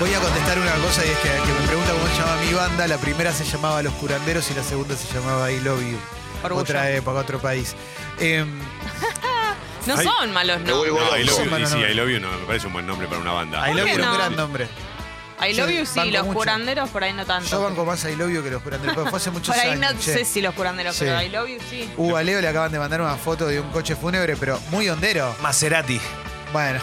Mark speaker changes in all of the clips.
Speaker 1: Voy a contestar una cosa y es que, que me pregunta cómo se llamaba mi banda. La primera se llamaba Los Curanderos y la segunda se llamaba I Love You.
Speaker 2: Orgullo.
Speaker 1: Otra época, otro país. Em,
Speaker 2: No
Speaker 3: Ay,
Speaker 2: son malos,
Speaker 3: Me
Speaker 2: no.
Speaker 3: vuelvo
Speaker 1: No,
Speaker 3: loco.
Speaker 1: I love you.
Speaker 3: Y sí,
Speaker 1: no.
Speaker 3: I love you no, me parece un buen nombre para una banda.
Speaker 1: I Love
Speaker 2: qué
Speaker 1: You era
Speaker 2: no?
Speaker 1: un gran nombre.
Speaker 2: I love
Speaker 1: Yo
Speaker 2: you sí,
Speaker 1: banco
Speaker 2: los
Speaker 1: mucho.
Speaker 2: curanderos por ahí no tanto.
Speaker 1: Yo banco más I Love You que Los Curanderos. pero Fue hace muchos
Speaker 2: por ahí
Speaker 1: años.
Speaker 2: no
Speaker 1: che.
Speaker 2: sé si los curanderos,
Speaker 1: Sí.
Speaker 2: pero I love you sí.
Speaker 1: Uh, a Leo le acaban de mandar una foto de un coche fúnebre, pero muy hondero.
Speaker 4: Maserati.
Speaker 1: Bueno,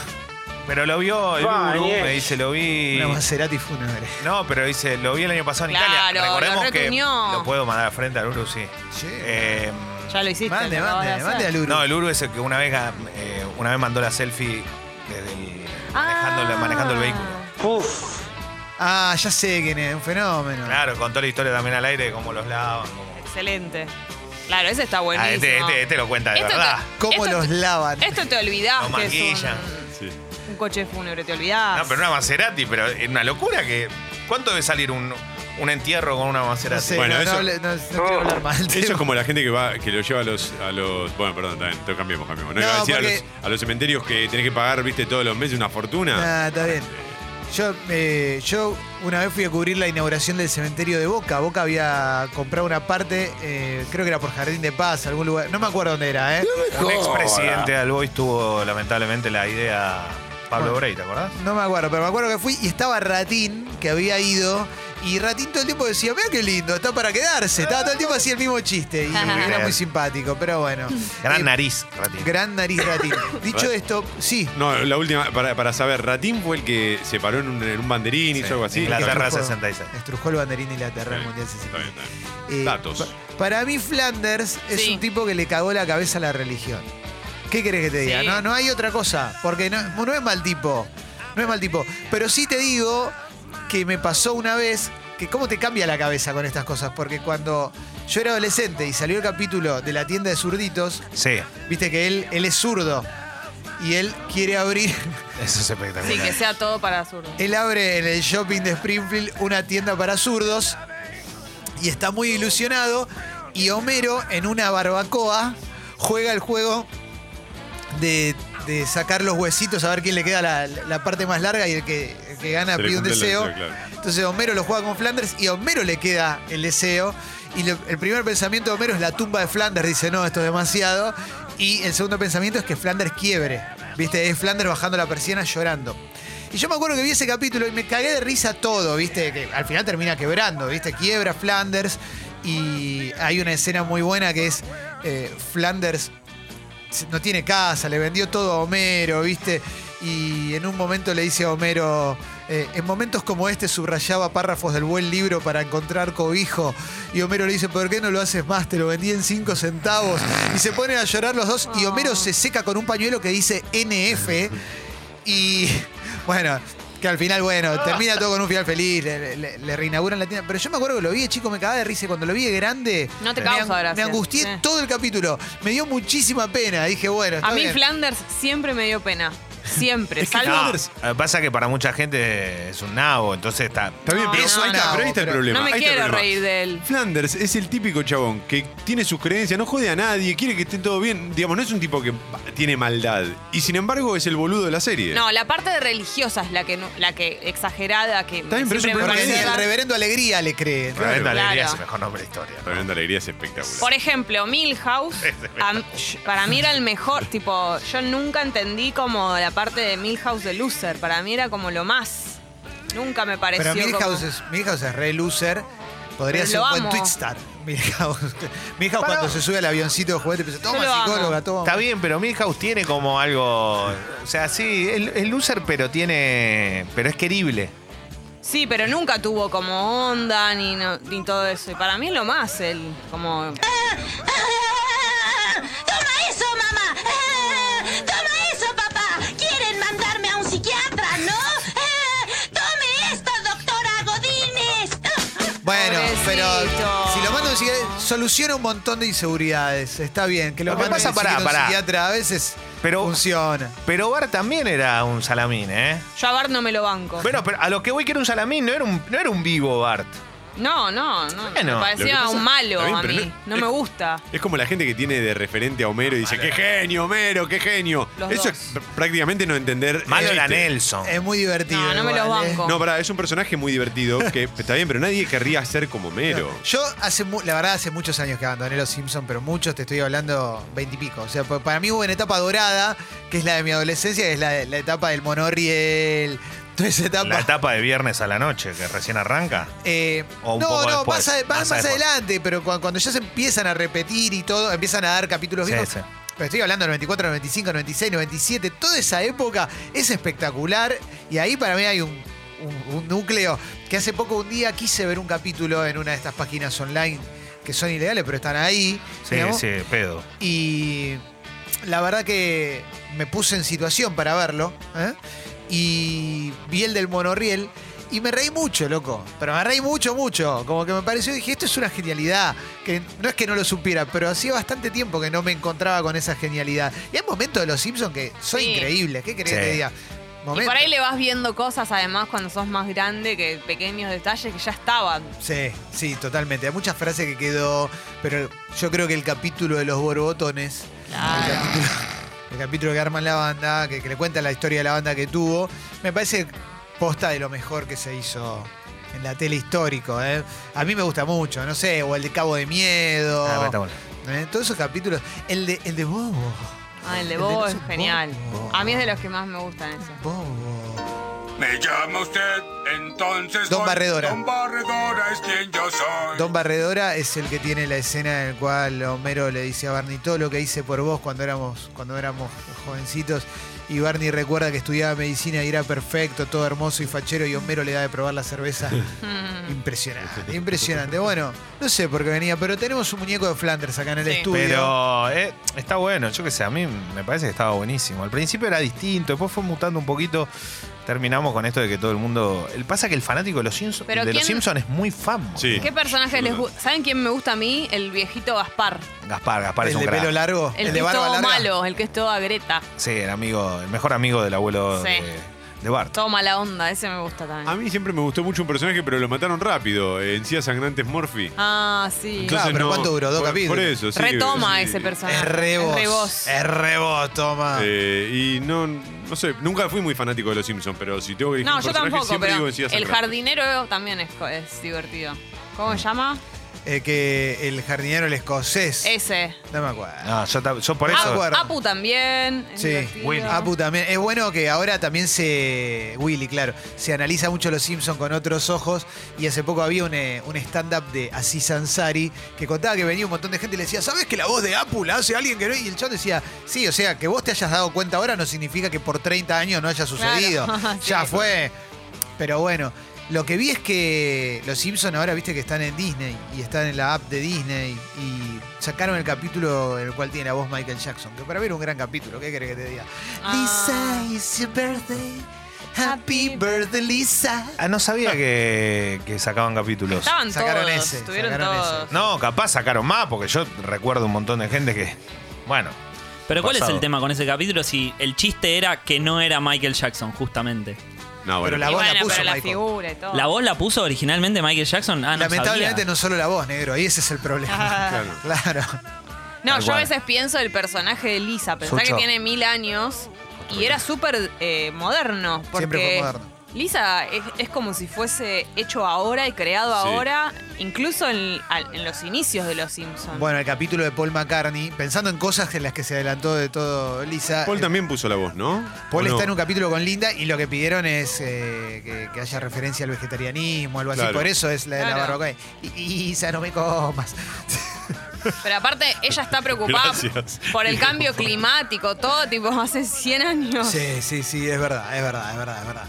Speaker 4: Pero lo vio el
Speaker 5: Vale.
Speaker 4: Uru, me dice, lo vi.
Speaker 1: una Maserati fúnebre.
Speaker 4: No, pero dice, lo vi el año pasado en
Speaker 2: Claro,
Speaker 4: Italia.
Speaker 2: lo
Speaker 4: Recordemos que
Speaker 2: retuñó.
Speaker 4: lo puedo mandar a frente al Uru, sí.
Speaker 1: Sí.
Speaker 4: Eh,
Speaker 2: Ya lo hiciste.
Speaker 1: mande,
Speaker 2: lo acabas de
Speaker 1: mande, mande
Speaker 2: hacer.
Speaker 1: al Uru.
Speaker 4: no, el Uru es el que una vez ga- eh, una vez mandó la selfie desde el- manejando, la-
Speaker 2: Ah.
Speaker 4: manejando el vehículo.
Speaker 5: Uf.
Speaker 1: Ah, ya sé quién es, un fenómeno.
Speaker 4: Claro, contó la historia también al aire, cómo los lavan. cómo-
Speaker 2: Excelente. Claro, ese está buenísimo.
Speaker 4: Ah, este, este- este lo cuenta de
Speaker 2: Esto
Speaker 4: verdad.
Speaker 2: te-
Speaker 1: ¿Cómo
Speaker 2: esto
Speaker 1: los
Speaker 2: te-
Speaker 1: lavan?
Speaker 2: Esto te olvidás
Speaker 4: Lo
Speaker 2: que es
Speaker 4: maquillan.
Speaker 2: un,
Speaker 3: Sí.
Speaker 2: un coche fúnebre, te olvidás.
Speaker 4: No, pero una Maserati, pero es una locura que. ¿Cuánto debe salir un, un entierro con una Maserati?
Speaker 1: No sé,
Speaker 3: Bueno,
Speaker 1: no,
Speaker 3: eso-
Speaker 1: no, hable- no- no quiero hablar más del
Speaker 3: Eso
Speaker 1: tema.
Speaker 3: es como la gente que va, que lo lleva a los, a los. Bueno, perdón, también, to- cambiemos, cambiemos. No,
Speaker 1: No,
Speaker 3: iba a decir a
Speaker 1: porque-
Speaker 3: los, a los cementerios que tenés que pagar, viste, todos los meses una fortuna.
Speaker 1: Ah, está bien. Yo, eh, yo una vez fui a cubrir la inauguración del cementerio de Boca. Boca había comprado una parte, eh, creo que era por Jardín de Paz, algún lugar. No me acuerdo dónde era, ¿eh?
Speaker 4: Un expresidente de Albois tuvo lamentablemente la idea Pablo Brey, ¿te acordás?
Speaker 1: No me acuerdo, pero me acuerdo que fui y estaba Ratín, que había ido. Y Ratín todo el tiempo decía, mira qué lindo, está para quedarse. Estaba todo el tiempo hacía el mismo chiste. Y era muy simpático, pero bueno.
Speaker 4: Gran
Speaker 1: Eh,
Speaker 4: nariz, ratito.
Speaker 1: Gran nariz Ratín. Dicho esto, sí.
Speaker 3: No, la última, para, para saber, Ratín fue el que se paró en un, en un banderín, hizo algo así.
Speaker 4: Inglaterra
Speaker 1: Estrujó-
Speaker 4: 66.
Speaker 1: Estrujó el banderín de Inglaterra en el Mundial
Speaker 3: Está
Speaker 1: 66.
Speaker 3: bien, está bien.
Speaker 1: Eh,
Speaker 3: Datos.
Speaker 1: pa- para mí, Flanders es
Speaker 2: Sí.
Speaker 1: un tipo que le cagó la cabeza a la religión. ¿Qué querés que te diga?
Speaker 2: Sí.
Speaker 1: No, no hay otra cosa. Porque no, no es mal tipo. No es mal tipo. Pero sí te digo que me pasó una vez que cómo te cambia la cabeza con estas cosas. Porque cuando yo era adolescente y salió el capítulo de la tienda de zurditos,
Speaker 4: Sí,
Speaker 1: viste que él, él es zurdo. Y él quiere abrir,
Speaker 4: eso es espectacular.
Speaker 2: Sí, que sea todo para zurdo.
Speaker 1: él abre en el shopping de Springfield una tienda para zurdos y está muy ilusionado. Y Homero, en una barbacoa, juega el juego de, de sacar los huesitos a ver quién le queda la, la parte más larga y el que, el que gana
Speaker 3: Se le
Speaker 1: pide un
Speaker 3: cumple el
Speaker 1: deseo.
Speaker 3: deseo, claro.
Speaker 1: Entonces Homero lo juega con Flanders y a Homero le queda el deseo. Y lo- el primer pensamiento de Homero es la tumba de Flanders. Dice, no, esto es demasiado. Y el segundo pensamiento es que Flanders quiebre. ¿Viste? Es Flanders bajando la persiana llorando. Y yo me acuerdo que vi ese capítulo y me cagué de risa todo, ¿viste? Que al final termina quebrando, ¿viste? Quiebra Flanders. Y hay una escena muy buena que es eh, Flanders no tiene casa, le vendió todo a Homero, ¿viste? Y en un momento le dice a Homero, eh, en momentos como este subrayaba párrafos del buen libro para encontrar cobijo. Y Homero le dice, ¿por qué no lo haces más? Te lo vendí en cinco centavos. Y se ponen a llorar los dos
Speaker 2: Ah.
Speaker 1: y Homero se seca con un pañuelo que dice NF. Y bueno, que al final, bueno, termina todo con un final feliz, le, le- le reinauguran la tienda. Pero yo me acuerdo que lo vi, de chico, me cagaba de risa. y Cuando lo vi de grande,
Speaker 2: No te
Speaker 1: me
Speaker 2: causa
Speaker 1: ang- Me
Speaker 2: gracia.
Speaker 1: angustié
Speaker 2: Sí.
Speaker 1: todo el capítulo. Me dio muchísima pena. Dije, bueno, está
Speaker 2: A mí
Speaker 1: bien.
Speaker 2: Flanders siempre me dio pena. Siempre. salvo.
Speaker 4: No, lo que pasa es que para mucha gente es un nabo, entonces está.
Speaker 3: Está bien,
Speaker 2: No,
Speaker 3: pero,
Speaker 1: eso
Speaker 3: ahí está,
Speaker 1: Ah, no,
Speaker 3: pero ahí está el
Speaker 1: pero-
Speaker 3: problema.
Speaker 2: no me
Speaker 3: ahí está el
Speaker 2: quiero
Speaker 3: problema.
Speaker 2: reír de él.
Speaker 3: Flanders es el típico chabón que tiene sus creencias, no jode a nadie, quiere que esté todo bien. Digamos, no es un tipo que tiene maldad. Y sin embargo, es el boludo de la serie.
Speaker 2: No, la parte de religiosa es la que no- la que exagerada que
Speaker 3: Está bien, pero es un
Speaker 2: siempre me
Speaker 3: problema
Speaker 1: Porque
Speaker 3: de
Speaker 2: parece
Speaker 3: él.
Speaker 1: el
Speaker 2: dar-
Speaker 1: reverendo Alegría le cree. ¿no?
Speaker 4: Realmente
Speaker 2: Claro.
Speaker 4: alegría es el mejor nombre de historia. ¿no?
Speaker 3: Tremenda alegría es espectacular.
Speaker 2: Por ejemplo, Milhouse, a- sh- para mí era el mejor, tipo, yo nunca entendí como la parte de Milhouse de Loser, para mí era como lo más. Nunca me pareció
Speaker 1: Pero Milhouse
Speaker 2: como...
Speaker 1: es, Milhouse es re loser. Podría
Speaker 2: Pero
Speaker 1: ser
Speaker 2: lo
Speaker 1: un buen
Speaker 2: amo.
Speaker 1: twitstar. Milhouse, Milhouse cuando se sube al avioncito de juguete, piensa, toma
Speaker 2: lo amo.
Speaker 1: psicóloga, toma.
Speaker 4: Está bien, pero Milhouse tiene como algo. O sea, sí, es, es loser, pero tiene. Pero es querible.
Speaker 2: Sí, pero nunca tuvo como onda ni, no- ni todo eso. Y para mí es lo más, el como...
Speaker 6: ¡Ah! ¡Toma eso, mamá! ¡Ah! ¡Toma eso, papá! ¿Quieren mandarme a un psiquiatra, no? ¡Ah! ¡Tome esto, doctora Godínez! ¡Ah!
Speaker 1: Bueno, pero
Speaker 2: Pobrecito.
Speaker 1: si lo mando a un psiquiatra, soluciona un montón de inseguridades. Está bien, que lo,
Speaker 4: Lo que
Speaker 1: manden
Speaker 4: pasa,
Speaker 1: a un
Speaker 4: pará,
Speaker 1: psiquiatra,
Speaker 4: pará.
Speaker 1: un psiquiatra a veces
Speaker 4: Pero-
Speaker 1: funciona.
Speaker 4: Pero Bar también era un salamín, ¿eh?
Speaker 2: Yo a Bart no me lo banco.
Speaker 4: Bueno, pero a lo que voy que era un salamín, no era un, no era un vivo Bart.
Speaker 2: No, no, no.
Speaker 4: Bueno,
Speaker 2: me
Speaker 3: lo que
Speaker 2: parecía
Speaker 3: pasa-
Speaker 2: un malo
Speaker 3: Está bien,
Speaker 2: a
Speaker 3: pero
Speaker 2: mí. No,
Speaker 3: es-
Speaker 2: me gusta.
Speaker 3: Es como la gente que tiene de referente a Homero y dice, ¡qué genio, Homero! ¡Qué genio!
Speaker 2: Los
Speaker 3: Eso
Speaker 2: dos.
Speaker 3: es pr- prácticamente no entender. el
Speaker 2: Eh,
Speaker 4: Malo era
Speaker 2: este,
Speaker 3: chiste.
Speaker 4: Nelson.
Speaker 1: Es muy divertido.
Speaker 2: No, no me
Speaker 1: igual,
Speaker 2: los
Speaker 1: ¿eh?
Speaker 2: banco.
Speaker 3: No, pará, es un personaje muy divertido que está bien, pero nadie querría ser como Homero.
Speaker 1: Yo hace mu- la verdad hace muchos años que abandoné los Simpsons, pero muchos, te estoy hablando veintipico. O sea, pa- para mí hubo una etapa dorada, que es la de mi adolescencia, que es la, la etapa del monorriel, toda esa etapa.
Speaker 4: La etapa de viernes a la noche, que recién arranca.
Speaker 1: Eh,
Speaker 4: O un
Speaker 1: no,
Speaker 4: poco
Speaker 1: no,
Speaker 4: después,
Speaker 1: pasa, va
Speaker 4: pasa
Speaker 1: más
Speaker 4: después.
Speaker 1: adelante, pero cu- cuando ya se empiezan a repetir y todo, empiezan a dar capítulos
Speaker 4: Sí,
Speaker 1: viejos.
Speaker 4: sí.
Speaker 1: Pero estoy hablando de 94, 95, 96, 97, toda esa época es espectacular y ahí para mí hay un, un- un núcleo que hace poco un día quise ver un capítulo en una de estas páginas online que son ilegales, pero están ahí.
Speaker 4: Sí,
Speaker 1: digamos,
Speaker 4: sí, pedo.
Speaker 1: y la verdad que me puse en situación para verlo. ¿eh? Y vi el del monorriel. Y me reí mucho, loco. Pero me reí mucho, mucho. Como que me pareció, dije, esto es una genialidad. Que no es que no lo supiera, pero hacía bastante tiempo que no me encontraba con esa genialidad. Y hay momentos de los Simpsons que son
Speaker 2: Sí.
Speaker 1: increíbles. ¿Qué querés
Speaker 4: Sí.
Speaker 1: que te diga?
Speaker 2: Y
Speaker 1: Momento.
Speaker 2: por ahí le vas viendo cosas además cuando sos más grande que pequeños detalles que ya estaban.
Speaker 1: Sí, sí, totalmente. Hay muchas frases que quedó. Pero yo creo que el capítulo de los borbotones el
Speaker 2: Claro.
Speaker 1: capítulo, el capítulo que arman la banda, que, que le cuenta la historia de la banda que tuvo, me parece posta de lo mejor que se hizo en la tele histórico. ¿eh? A mí me gusta mucho, no sé, o el de Cabo de Miedo.
Speaker 4: Ah, está bueno.
Speaker 1: ¿eh? Todos esos capítulos. El de, el de Bobo.
Speaker 2: Ah, el de Bobo es
Speaker 1: Nelson
Speaker 2: genial.
Speaker 1: Bobo.
Speaker 2: A mí es de los que más me gustan eso.
Speaker 1: Bobo.
Speaker 5: ¿Me llama usted? Entonces.
Speaker 1: Don
Speaker 5: soy-
Speaker 1: Barredora.
Speaker 5: Don Barredora es quien yo soy.
Speaker 1: Don Barredora es el que tiene la escena en la cual Homero le dice a Barney todo lo que hice por vos cuando éramos, cuando éramos jovencitos. Y Barney recuerda que estudiaba medicina y era perfecto, todo hermoso y fachero, y Homero le da de probar la cerveza.
Speaker 2: Mm.
Speaker 1: Impresionante, impresionante. Bueno, no sé por qué venía, pero tenemos un muñeco de Flanders acá en el
Speaker 2: Sí.
Speaker 1: estudio.
Speaker 4: Pero eh, está bueno, yo qué sé, a mí me parece que estaba buenísimo. Al principio era distinto, después fue mutando un poquito. Terminamos con esto de que todo el mundo. El pasa que el fanático de los Simpsons,
Speaker 2: Pero
Speaker 4: de los
Speaker 2: ¿quién-
Speaker 4: Simpsons es muy fan.
Speaker 3: Sí.
Speaker 4: boludo.
Speaker 2: ¿Qué personaje les gusta? ¿Saben quién me gusta a mí? El viejito Gaspar.
Speaker 4: Gaspar, Gaspar es
Speaker 1: el
Speaker 4: un
Speaker 1: de
Speaker 4: crack.
Speaker 1: pelo largo,
Speaker 2: El,
Speaker 1: el,
Speaker 2: que
Speaker 1: de
Speaker 2: es
Speaker 1: barba
Speaker 2: todo
Speaker 1: larga.
Speaker 2: malo, el que es todo agreta.
Speaker 4: Sí, el amigo, el mejor amigo del abuelo
Speaker 2: Sí.
Speaker 4: de, de Bart.
Speaker 2: Todo mala onda, ese me gusta
Speaker 3: A
Speaker 2: también.
Speaker 3: mí siempre me gustó mucho un personaje, pero lo mataron rápido. En Encías Sangrantes Morphy.
Speaker 2: Ah, sí.
Speaker 1: Claro, pero ¿cuánto duró? Dos
Speaker 3: por-
Speaker 1: capítulos.
Speaker 3: Por eso, sí.
Speaker 2: Retoma
Speaker 3: sí.
Speaker 2: ese personaje.
Speaker 1: Es rebos.
Speaker 2: rebos.
Speaker 1: Es rebos,
Speaker 2: Ah.
Speaker 1: toma.
Speaker 3: Eh, y no, no sé, nunca fui muy fanático de los Simpsons, pero si tengo que elegir
Speaker 2: No,
Speaker 3: un
Speaker 2: yo
Speaker 3: personaje,
Speaker 2: tampoco,
Speaker 3: siempre
Speaker 2: pero
Speaker 3: digo Encías
Speaker 2: el
Speaker 3: Sangrantes.
Speaker 2: jardinero también es, co- es divertido. ¿Cómo se llama?
Speaker 1: Eh, que el jardinero, el escocés.
Speaker 2: Ese.
Speaker 1: No me acuerdo.
Speaker 4: No, yo, ta- yo por
Speaker 1: Ah,
Speaker 4: eso.
Speaker 1: bueno. acuerdo.
Speaker 2: Apu también. es
Speaker 1: Sí.
Speaker 2: divertido.
Speaker 4: Willy.
Speaker 1: Apu también. Es bueno que ahora también se. Willy, claro. Se analiza mucho los Simpsons con otros ojos. Y hace poco había un, eh, un stand-up de Aziz Ansari que contaba que venía un montón de gente y le decía, ¿sabes que la voz de Apu la hace alguien que no? Y el chabón decía, sí, o sea, que vos te hayas dado cuenta ahora no significa que por 30 años no haya sucedido.
Speaker 2: Claro. Sí.
Speaker 1: Ya fue. Pero bueno. Lo que vi es que los Simpsons ahora, viste, que están en Disney y están en la app de Disney y sacaron el capítulo en el cual tiene la voz Michael Jackson, que para mí era un gran capítulo, ¿qué querés que te diga?
Speaker 2: Ah.
Speaker 1: Lisa, it's your birthday. Happy
Speaker 2: Happy
Speaker 1: birthday, Lisa.
Speaker 4: Ah, no sabía que, que sacaban capítulos.
Speaker 2: Estaban
Speaker 1: Sacaron
Speaker 2: todos.
Speaker 1: ese,
Speaker 2: estuvieron
Speaker 1: sacaron ese.
Speaker 2: todos.
Speaker 4: No, capaz sacaron más, porque yo recuerdo un montón de gente que. Bueno,
Speaker 7: Pero ¿cuál es
Speaker 4: Pasado.
Speaker 7: el tema con ese capítulo? Si el chiste era que no era Michael Jackson, justamente.
Speaker 3: No, bueno.
Speaker 1: Pero la
Speaker 2: Y
Speaker 1: voz
Speaker 2: bueno,
Speaker 1: la puso
Speaker 2: pero la
Speaker 1: Michael.
Speaker 2: figura y todo.
Speaker 7: ¿La voz la puso originalmente Michael Jackson? Ah, no
Speaker 1: Lamentablemente
Speaker 7: sabía.
Speaker 1: no solo la voz, negro, y ese es el
Speaker 2: Ah.
Speaker 1: problema.
Speaker 3: Claro.
Speaker 1: claro.
Speaker 2: No,
Speaker 4: Tal
Speaker 2: yo a
Speaker 4: cual.
Speaker 2: veces pienso el personaje de Lisa. Pensá
Speaker 4: Sucho.
Speaker 2: que tiene mil años y era súper eh, moderno. Porque
Speaker 1: Siempre fue moderno.
Speaker 2: Lisa es, es como si fuese hecho ahora y creado
Speaker 3: Sí.
Speaker 2: ahora, incluso en, al- en los inicios de Los Simpsons.
Speaker 1: Bueno, el capítulo de Paul McCartney, pensando en cosas en las que se adelantó de todo Lisa.
Speaker 3: Paul
Speaker 1: eh,
Speaker 3: también puso la voz, ¿no?
Speaker 1: Paul
Speaker 3: ¿O no?
Speaker 1: está en un capítulo con Linda y lo que pidieron es eh, que, que haya referencia al vegetarianismo, algo así.
Speaker 3: Claro.
Speaker 1: Por eso es la de la
Speaker 2: Claro.
Speaker 1: barbacoa. Y- Isa, no me comas.
Speaker 2: Pero aparte, ella está preocupada
Speaker 3: Gracias.
Speaker 2: por el cambio climático, todo tipo hace 100 años.
Speaker 1: Sí, sí, sí, es verdad, es verdad, es verdad, es verdad.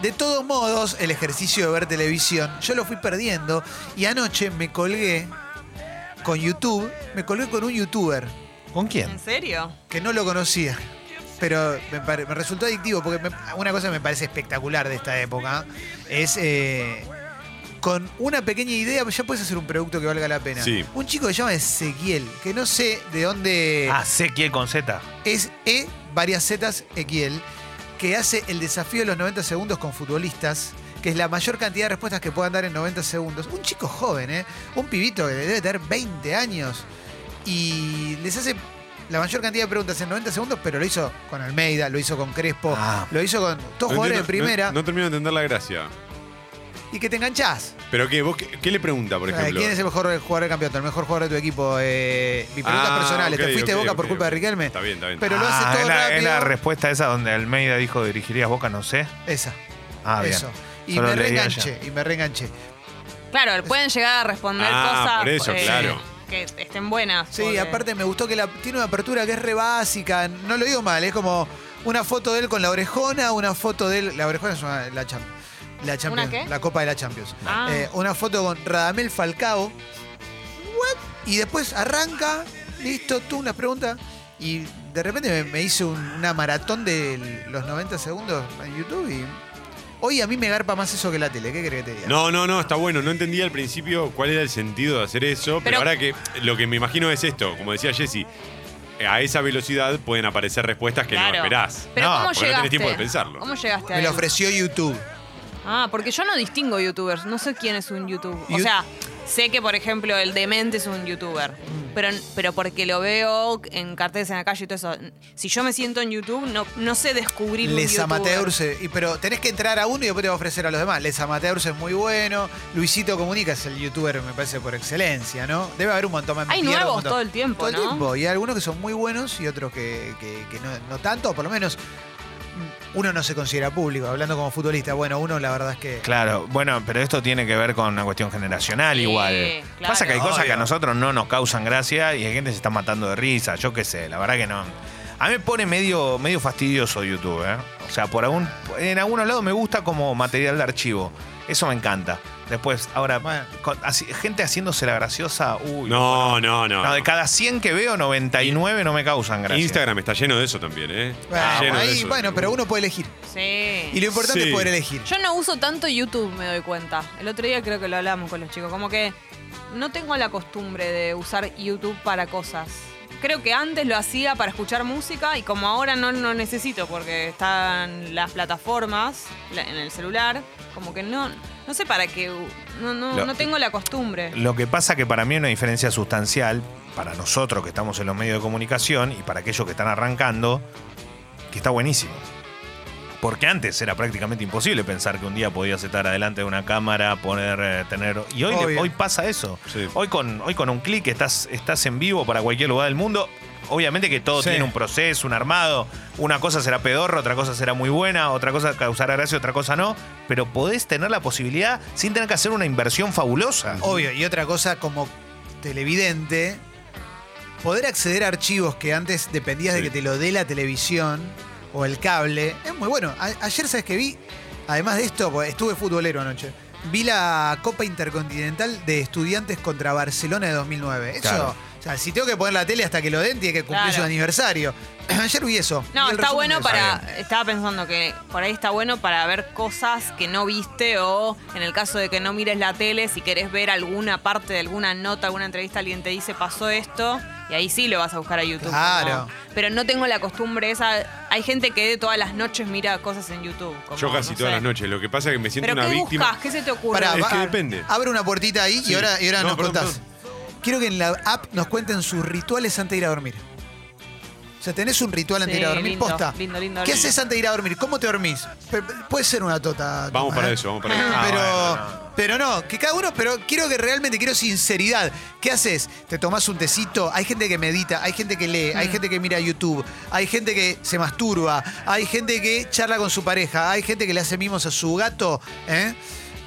Speaker 1: De todos modos, el ejercicio de ver televisión, yo lo fui perdiendo y anoche me colgué con YouTube, me colgué con un youtuber
Speaker 4: ¿con quién?
Speaker 2: ¿En serio?
Speaker 1: que no lo conocía, pero me, pare- me resultó adictivo porque me- una cosa que me parece espectacular de esta época es eh, con una pequeña idea ya puedes hacer un producto que valga la pena.
Speaker 3: Sí.
Speaker 1: Un chico que se llama Ezequiel, que no sé de dónde
Speaker 4: Ah, Sequiel con Z.
Speaker 1: es E varias Zetas Equiel, que hace el desafío de los 90 segundos con futbolistas que es la mayor cantidad de respuestas que puedan dar en 90 segundos. Un chico joven, ¿eh? Un pibito que debe tener 20 años y les hace la mayor cantidad de preguntas en 90 segundos, pero lo hizo con Almeida, lo hizo con Crespo,
Speaker 4: Ah.
Speaker 1: lo hizo con todos
Speaker 3: No
Speaker 1: jugadores
Speaker 3: entiendo-
Speaker 1: de primera
Speaker 3: No, no termino de entender la gracia.
Speaker 1: y que te enganchás.
Speaker 3: ¿Pero qué? ¿Vos qué, qué le pregunta, por
Speaker 1: Eh,
Speaker 3: ejemplo?
Speaker 1: ¿Quién es el mejor jugador del campeonato? El mejor jugador de tu equipo. Eh, mi pregunta
Speaker 3: Ah,
Speaker 1: personal.
Speaker 3: ok,
Speaker 1: ¿Te fuiste de
Speaker 3: ok,
Speaker 1: boca por
Speaker 3: ok,
Speaker 1: culpa
Speaker 3: ok.
Speaker 1: de Riquelme?
Speaker 3: Está bien, está bien.
Speaker 1: Pero lo hace
Speaker 4: Ah,
Speaker 1: todo
Speaker 4: es la, es la
Speaker 1: rápido.
Speaker 4: respuesta esa donde Almeida dijo dirigirías Boca, no sé.
Speaker 1: Esa.
Speaker 4: Ah, bien.
Speaker 1: eso. Y
Speaker 4: Solo
Speaker 1: me
Speaker 4: leí ayer.
Speaker 1: reenganché, y me reenganché.
Speaker 2: Claro, pueden llegar a responder
Speaker 3: Ah,
Speaker 2: cosas eh,
Speaker 3: por eso, claro.
Speaker 2: que estén buenas.
Speaker 1: Sí,
Speaker 2: porque-
Speaker 1: aparte me gustó que la, tiene una apertura que es re básica. No lo digo mal, es como una foto de él con la orejona, una foto de él. La orejona es una- la, champ- la Champions.
Speaker 2: qué?
Speaker 1: La Copa de la Champions.
Speaker 2: Ah.
Speaker 1: Eh, una foto con Radamel Falcao. What? Y después arranca, listo, tú unas preguntas. Y de repente me, me hice un- una maratón de los 90 segundos en YouTube y. Hoy a mí me garpa más eso que la tele, ¿qué crees que te diga?
Speaker 3: No, no, no, está bueno. No entendía al principio cuál era el sentido de hacer eso,
Speaker 2: Pero-
Speaker 3: pero, ahora que lo que me imagino es esto, como decía Jesse, a esa velocidad pueden aparecer respuestas que
Speaker 2: Claro.
Speaker 3: no esperás.
Speaker 2: Pero
Speaker 4: No,
Speaker 2: ¿cómo
Speaker 3: porque no
Speaker 2: llegaste?
Speaker 3: tenés tiempo de pensarlo.
Speaker 2: ¿Cómo llegaste a
Speaker 1: Me lo
Speaker 2: él?
Speaker 1: ofreció YouTube.
Speaker 2: Ah, porque yo no distingo youtubers. No sé quién es un youtuber. O
Speaker 1: You-
Speaker 2: sea, sé que, por ejemplo, el demente es un youtuber.
Speaker 1: Mm.
Speaker 2: Pero, pero porque lo veo en carteles en la calle y todo eso. Si yo me siento en YouTube, no, no sé descubrir un
Speaker 1: Les
Speaker 2: youtuber.
Speaker 1: Amateurs, eh, y- pero tenés que entrar a uno y después te va a ofrecer a los demás. Les Amateurs es muy bueno. Luisito Comunica es el youtuber, me parece, por excelencia, ¿no? Debe haber un montón más. me
Speaker 2: Hay
Speaker 1: pierdo un
Speaker 2: nuevos
Speaker 1: montón.
Speaker 2: todo el tiempo,
Speaker 1: Todo
Speaker 2: ¿no?
Speaker 1: el tiempo. Y hay algunos que son muy buenos y otros que, que- que no, no tanto, o por lo menos mm, uno no se considera público, hablando como futbolista. Bueno, uno la verdad es que.
Speaker 4: Claro, bueno, pero esto tiene que ver con una cuestión generacional
Speaker 2: Sí,
Speaker 4: igual.
Speaker 2: claro.
Speaker 4: Pasa que hay cosas que a
Speaker 1: Obvio.
Speaker 4: nosotros no nos causan gracia y hay gente que se está matando de risa, yo qué sé, la verdad que no. A mí me pone medio, medio fastidioso YouTube, ¿eh? O sea, por algún, en algunos lados me gusta como material de archivo. Eso me encanta. Después, ahora,
Speaker 1: Bueno.
Speaker 4: con- así- gente haciéndose la graciosa, uy.
Speaker 3: No, no, no.
Speaker 4: No, de cada 100 que veo, 99 no me causan gracia.
Speaker 3: Instagram está lleno de eso también, ¿eh?
Speaker 1: Bueno,
Speaker 3: Está lleno de
Speaker 1: ahí,
Speaker 3: eso.
Speaker 1: bueno, pero uno puede elegir.
Speaker 2: Sí.
Speaker 1: Y lo importante
Speaker 3: Sí.
Speaker 1: es poder elegir.
Speaker 2: Yo no uso tanto YouTube, me doy cuenta. El otro día creo que lo hablamos con los chicos. Como que no tengo la costumbre de usar YouTube para cosas. Creo que antes lo hacía para escuchar música y como ahora no lo necesito porque están las plataformas la- en el celular, como que no, no sé para qué. u- No, no,
Speaker 4: Lo-
Speaker 2: no tengo la costumbre.
Speaker 4: Lo que pasa que para mí una diferencia sustancial, para nosotros que estamos en los medios de comunicación y para aquellos que están arrancando, que está buenísimo. Porque antes era prácticamente imposible pensar que un día podías estar adelante de una cámara, poner, eh, tener... Y hoy,
Speaker 1: Obvio.
Speaker 4: hoy pasa eso.
Speaker 3: Sí.
Speaker 4: Hoy, con, hoy con un clic estás, estás en vivo para cualquier lugar del mundo. Obviamente que todo
Speaker 1: Sí.
Speaker 4: tiene un proceso, un armado. Una cosa será pedorro, otra cosa será muy buena, otra cosa causará gracia, otra cosa no. Pero podés tener la posibilidad sin tener que hacer una inversión fabulosa.
Speaker 1: Obvio, y otra cosa como televidente, poder acceder a archivos que antes dependías
Speaker 3: Sí.
Speaker 1: de que te lo dé la televisión o el cable, es muy bueno. A- ayer, ¿sabes que vi? Además de esto, porque estuve futbolero anoche. Vi la Copa Intercontinental de Estudiantes contra Barcelona de 2009. Eso,
Speaker 4: Claro.
Speaker 1: o sea, si tengo que poner la tele hasta que lo den, tiene que cumplir
Speaker 2: Claro.
Speaker 1: su aniversario. Ayer vi eso.
Speaker 2: No,
Speaker 1: Vi el
Speaker 2: está
Speaker 1: resumen de
Speaker 2: bueno
Speaker 1: eso.
Speaker 2: para. Estaba pensando que por ahí está bueno para ver cosas que no viste o en el caso de que no mires la tele, si querés ver alguna parte de alguna nota, alguna entrevista, alguien te dice pasó esto y ahí sí lo vas a buscar a YouTube.
Speaker 1: Claro.
Speaker 2: ¿no? Pero no tengo la costumbre esa. Hay gente que todas las noches mira cosas en YouTube. como,
Speaker 3: Yo casi
Speaker 2: no
Speaker 3: todas
Speaker 2: sé.
Speaker 3: las noches. Lo que pasa es que me siento
Speaker 2: ¿Pero
Speaker 3: una
Speaker 2: qué
Speaker 3: víctima.
Speaker 2: buscas? ¿Qué se te ocurre?
Speaker 1: Pará,
Speaker 3: Es que
Speaker 1: va-
Speaker 3: depende.
Speaker 1: Abre una puertita ahí
Speaker 3: Sí.
Speaker 1: y ahora, y ahora
Speaker 3: No,
Speaker 1: nos
Speaker 3: perdón,
Speaker 1: contás. Quiero que en la app nos cuenten sus rituales antes de ir a dormir. O sea, tenés un ritual antes de ir a
Speaker 2: Sí,
Speaker 1: dormir,
Speaker 2: lindo,
Speaker 1: posta.
Speaker 2: lindo, lindo,
Speaker 1: ¿Qué
Speaker 2: lindo.
Speaker 1: haces antes de ir a dormir? ¿Cómo te dormís? Pe- Puede ser una tota.
Speaker 3: Vamos
Speaker 1: Tomás,
Speaker 3: para
Speaker 1: ¿eh?
Speaker 3: eso, vamos para eso.
Speaker 4: Ah,
Speaker 1: pero,
Speaker 4: bueno,
Speaker 1: pero no, que cada uno, pero quiero que realmente, quiero sinceridad. ¿Qué haces? ¿Te tomás un tecito? Hay gente que medita, hay gente que lee, hay gente que mira YouTube, hay gente que se masturba, hay gente que charla con su pareja, hay gente que le hace mimos a su gato, ¿eh?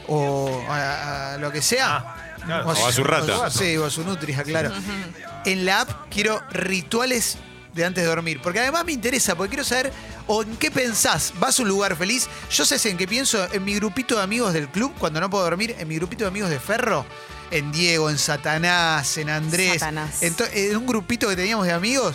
Speaker 1: O a, a lo que sea.
Speaker 4: Ah, claro.
Speaker 3: O a su rata.
Speaker 1: o- sí, o a su nutria, claro. En la app quiero rituales de antes de dormir, porque además me interesa, porque quiero saber o en qué pensás. ¿Vas a un lugar feliz? Yo sé en qué pienso en mi grupito de amigos del club cuando no puedo dormir, en mi grupito de amigos de Ferro, en Diego, en Satanás, en Andrés,
Speaker 2: Satanás.
Speaker 1: En, to- en un grupito que teníamos de amigos